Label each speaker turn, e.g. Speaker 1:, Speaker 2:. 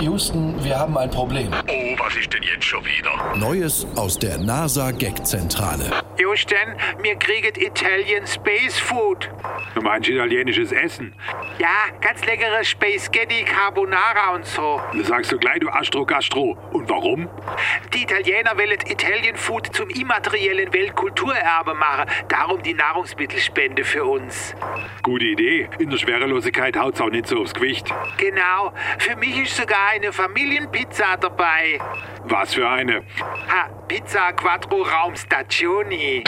Speaker 1: Houston, wir haben ein Problem.
Speaker 2: Oh, was ist denn jetzt schon wieder?
Speaker 3: Neues aus der NASA Gag Zentrale.
Speaker 4: Houston, wir kriegen Italian Space Food.
Speaker 2: Du meinst italienisches Essen?
Speaker 4: Ja, ganz leckeres Spaghetti Carbonara und so.
Speaker 2: Das sagst du gleich, du Astro-Gastro. Und warum?
Speaker 4: Die Italiener wollen Italian Food zum immateriellen Weltkulturerbe machen. Darum die Nahrungsmittelspende für uns.
Speaker 2: Gute Idee. In der Schwerelosigkeit haut's auch nicht so aufs Gewicht.
Speaker 4: Genau. Für mich ist sogar eine Familienpizza dabei.
Speaker 2: Was für eine.
Speaker 4: Ha, Pizza Quattro Raum Stagioni.